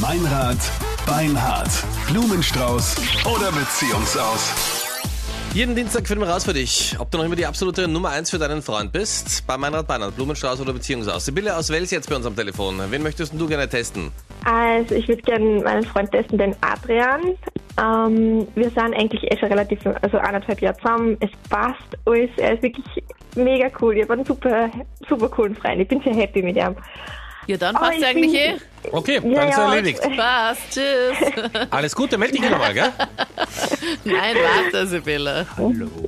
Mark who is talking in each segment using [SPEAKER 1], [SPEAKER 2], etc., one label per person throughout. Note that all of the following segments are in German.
[SPEAKER 1] Meinrad, Beinhard, Blumenstrauß oder Beziehungsaus.
[SPEAKER 2] Jeden Dienstag finden wir raus für dich, ob du noch immer die absolute Nummer 1 für deinen Freund bist. Bei Meinrad Beinert, Blumenstrauß oder Beziehungsaus. Sibylle aus Wels jetzt bei uns am Telefon. Wen möchtest denn du gerne testen?
[SPEAKER 3] Also ich würde gerne meinen Freund testen, den Adrian. Ähm, wir sind eigentlich eh schon relativ, also anderthalb Jahre zusammen. Es passt alles. Er ist wirklich mega cool. Ich habe einen super, super coolen Freund. Ich bin sehr happy mit ihm.
[SPEAKER 4] Ja, dann
[SPEAKER 3] Aber
[SPEAKER 4] passt
[SPEAKER 3] ich
[SPEAKER 4] eigentlich eh.
[SPEAKER 3] bin-
[SPEAKER 2] Okay, dann
[SPEAKER 3] Ja,
[SPEAKER 2] ist
[SPEAKER 3] ja.
[SPEAKER 2] erledigt.
[SPEAKER 4] Passt, tschüss.
[SPEAKER 2] Alles Gute, melde dich wieder mal, gell?
[SPEAKER 4] Nein, warte, Sibylle.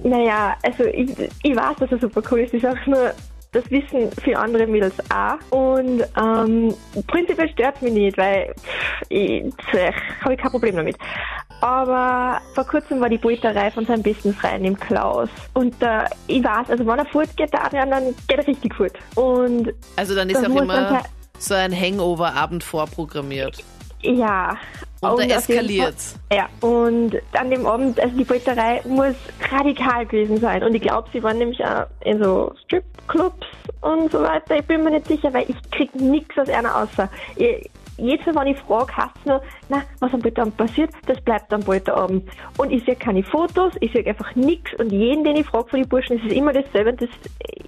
[SPEAKER 3] Naja, also ich, ich weiß, dass er super cool ist. Ich sag's nur, das wissen viele andere Mädels auch. Und ähm, prinzipiell stört's mich nicht, weil pff, ich, habe ich kein Problem damit. Aber vor kurzem war die Bulterei von seinem besten Freund im Klaus. Und äh, ich weiß, also wenn er fortgeht, der Adrian, dann geht er richtig gut. Und
[SPEAKER 4] Also dann ist
[SPEAKER 3] Das
[SPEAKER 4] auch
[SPEAKER 3] muss
[SPEAKER 4] immer
[SPEAKER 3] man-
[SPEAKER 4] so ein Hangover-Abend vorprogrammiert.
[SPEAKER 3] ja.
[SPEAKER 4] Und da
[SPEAKER 3] auf jeden
[SPEAKER 4] eskaliert's.
[SPEAKER 3] Fall- Ja, und an dem Abend, also die Bulterei muss radikal gewesen sein. Und ich glaube, sie waren nämlich auch in so Stripclubs und so weiter. Ich bin mir nicht sicher, weil ich krieg nichts aus einer außer. Ich, jedes Mal, wenn ich frage, heißt es nur, na, was am Bulterabend passiert, das bleibt am Bulterabend. Und ich sehe keine Fotos, ich sehe einfach nichts. Und jeden, den ich frage von den Burschen, ist es immer dasselbe. Und das,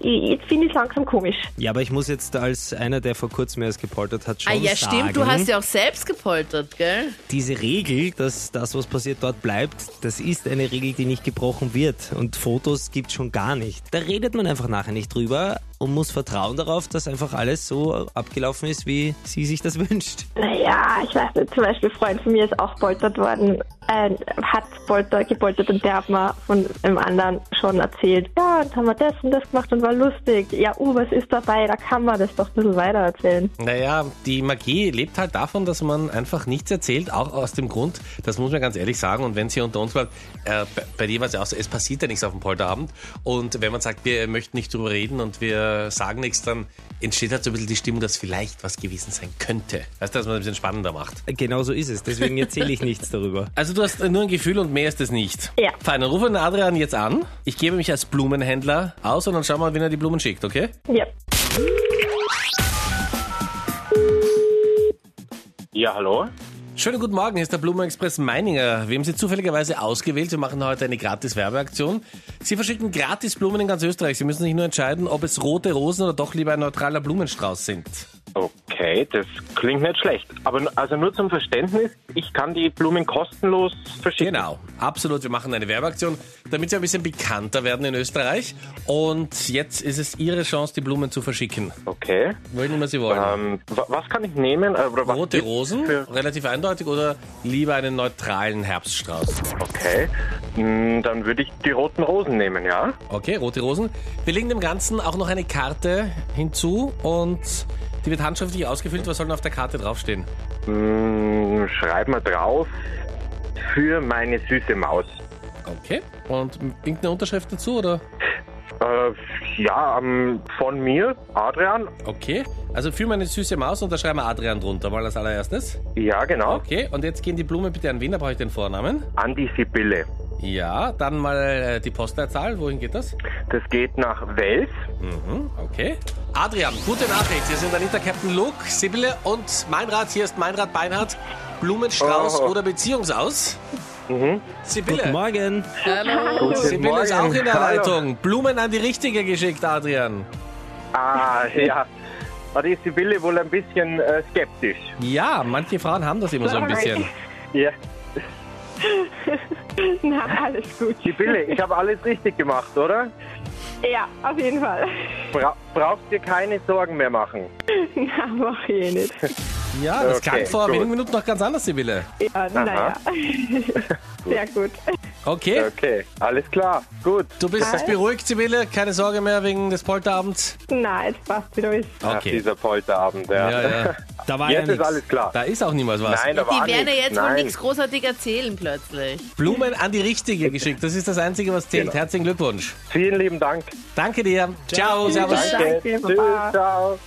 [SPEAKER 3] ich, jetzt finde ich es langsam komisch.
[SPEAKER 5] Ja, aber ich muss jetzt als einer, der vor kurzem erst gepoltert hat, schon
[SPEAKER 4] Ah ja,
[SPEAKER 5] sagen,
[SPEAKER 4] stimmt, du hast ja auch selbst gepoltert, gell?
[SPEAKER 5] diese Regel, dass das, was passiert, dort bleibt, das ist eine Regel, die nicht gebrochen wird. Und Fotos gibt's schon gar nicht. Da redet man einfach nachher nicht drüber und muss vertrauen darauf, dass einfach alles so abgelaufen ist, wie sie sich das wünscht.
[SPEAKER 3] Naja, ich weiß nicht, zum Beispiel ein Freund von mir ist auch poltert worden, äh, hat Polter gepoltert und der hat mir von einem anderen schon erzählt, ja, und haben wir das und das gemacht und war lustig. Ja, uh, was ist dabei? Da kann man das doch ein bisschen weiter erzählen.
[SPEAKER 2] Naja, die Magie lebt halt davon, dass man einfach nichts erzählt, auch aus dem Grund, das muss man ganz ehrlich sagen, und wenn es hier unter uns bleibt, äh, bei- bei dir war es ja auch so, es passiert ja nichts auf dem Polterabend. Und wenn man sagt, wir möchten nicht drüber reden und wir sagen nichts, dann entsteht halt so ein bisschen die Stimmung, dass vielleicht was gewesen sein könnte. Weißt du, dass man es ein bisschen spannender macht.
[SPEAKER 5] Genau so ist es. Deswegen erzähle ich nichts darüber.
[SPEAKER 4] Äh.
[SPEAKER 2] Also du hast nur ein Gefühl und mehr ist es nicht.
[SPEAKER 3] Ja.
[SPEAKER 2] Fein, dann rufe den Adrian jetzt an. Ich gebe mich als Blumenhändler aus und dann schauen wir mal, wen er die Blumen schickt, okay?
[SPEAKER 3] Ja.
[SPEAKER 6] Ja, hallo?
[SPEAKER 2] Schönen guten Morgen, hier ist der Blumenexpress Meininger. Wir haben Sie zufälligerweise ausgewählt. Wir machen heute eine gratis Werbeaktion. Sie verschicken gratis Blumen in ganz Österreich. Sie müssen sich nur entscheiden, ob es rote Rosen oder doch lieber ein neutraler Blumenstrauß sind.
[SPEAKER 6] Okay, das klingt nicht schlecht. Aber nu- also nur zum Verständnis, ich kann die Blumen kostenlos verschicken.
[SPEAKER 2] Genau, absolut. Wir machen eine Werbeaktion, damit Sie ein bisschen bekannter werden in Österreich. Und jetzt ist es Ihre Chance, die Blumen zu verschicken.
[SPEAKER 6] Okay.
[SPEAKER 2] Wollen immer Sie wollen.
[SPEAKER 6] Ähm, wa- was kann ich nehmen? Äh, Oder was
[SPEAKER 2] Rote
[SPEAKER 6] gibt's
[SPEAKER 2] Rosen,
[SPEAKER 6] Für,
[SPEAKER 2] relativ eindeutig, oder lieber einen neutralen Herbststrauß?
[SPEAKER 6] okay. Hm, Dann würde ich die roten Rosen nehmen, ja?
[SPEAKER 2] Okay, rote Rosen. Wir legen dem Ganzen auch noch eine Karte hinzu und die wird handschriftlich ausgefüllt. Was soll denn auf der Karte draufstehen?
[SPEAKER 6] Hm, Schreib mal drauf. Für meine süße Maus.
[SPEAKER 2] Okay. Und winkt eine Unterschrift dazu, oder?
[SPEAKER 6] Äh, ja, ähm, von mir, Adrian.
[SPEAKER 2] Okay. Also für meine süße Maus und da schreiben wir Adrian drunter, mal als allererstes.
[SPEAKER 6] Ja, genau.
[SPEAKER 2] Okay, und jetzt gehen die Blumen bitte an wen? Da brauche ich den Vornamen.
[SPEAKER 6] Andi Sibylle.
[SPEAKER 2] Ja, dann mal äh, die Postleitzahl. Wohin geht das?
[SPEAKER 6] Das geht nach Wels.
[SPEAKER 2] Mhm, okay. Adrian, gute Nachricht. Hier sind Anita, Captain Luke, Sibylle und Meinrad. Hier ist Meinrad Beinhardt. Blumenstrauß
[SPEAKER 6] Oh.
[SPEAKER 2] oder Beziehungsaus. Sibylle.
[SPEAKER 5] Guten Morgen.
[SPEAKER 4] Hallo.
[SPEAKER 6] Mhm. Guten
[SPEAKER 2] Oh, Sibylle ist auch in der
[SPEAKER 6] Hallo.
[SPEAKER 2] Leitung. Blumen an die Richtige geschickt, Adrian.
[SPEAKER 6] Ah, ja. Da ist Sibylle wohl ein bisschen äh, skeptisch.
[SPEAKER 2] Ja, manche Frauen haben das immer so ein
[SPEAKER 3] Nein.
[SPEAKER 2] bisschen.
[SPEAKER 6] Ja.
[SPEAKER 3] Na, alles gut.
[SPEAKER 6] Sibylle, ich habe alles richtig gemacht, oder?
[SPEAKER 3] Ja, auf jeden Fall.
[SPEAKER 6] Bra brauchst dir keine Sorgen mehr machen.
[SPEAKER 3] Na, mach ich eh nicht.
[SPEAKER 2] Ja, das
[SPEAKER 6] Okay,
[SPEAKER 2] klang vor
[SPEAKER 6] gut.
[SPEAKER 2] wenigen Minuten noch ganz anders, Sibylle.
[SPEAKER 3] Ja, naja. Sehr gut.
[SPEAKER 2] Okay,
[SPEAKER 6] Okay, alles klar. Gut.
[SPEAKER 2] du bist beruhigt, Sibylle. Keine Sorge mehr wegen des Polterabends.
[SPEAKER 3] Na, jetzt passt wieder alles.
[SPEAKER 6] Nach
[SPEAKER 2] Okay.
[SPEAKER 6] dieser Polterabend, ja.
[SPEAKER 2] Ja, ja.
[SPEAKER 5] Da war
[SPEAKER 6] Jetzt
[SPEAKER 5] ja
[SPEAKER 6] ist
[SPEAKER 5] nichts.
[SPEAKER 6] alles klar.
[SPEAKER 2] Da ist auch niemals was.
[SPEAKER 6] Nein, da war
[SPEAKER 4] Die werden ja
[SPEAKER 6] nichts.
[SPEAKER 4] jetzt wohl
[SPEAKER 6] Nein.
[SPEAKER 4] nichts großartig erzählen plötzlich.
[SPEAKER 2] Blumen an die Richtige geschickt. Das ist das Einzige, was zählt.
[SPEAKER 6] Genau.
[SPEAKER 2] Herzlichen Glückwunsch.
[SPEAKER 6] Vielen lieben Dank.
[SPEAKER 2] Danke dir. Ciao, servus.
[SPEAKER 6] Danke.
[SPEAKER 3] Danke,
[SPEAKER 6] Tschüss,
[SPEAKER 3] Baba.
[SPEAKER 6] ciao.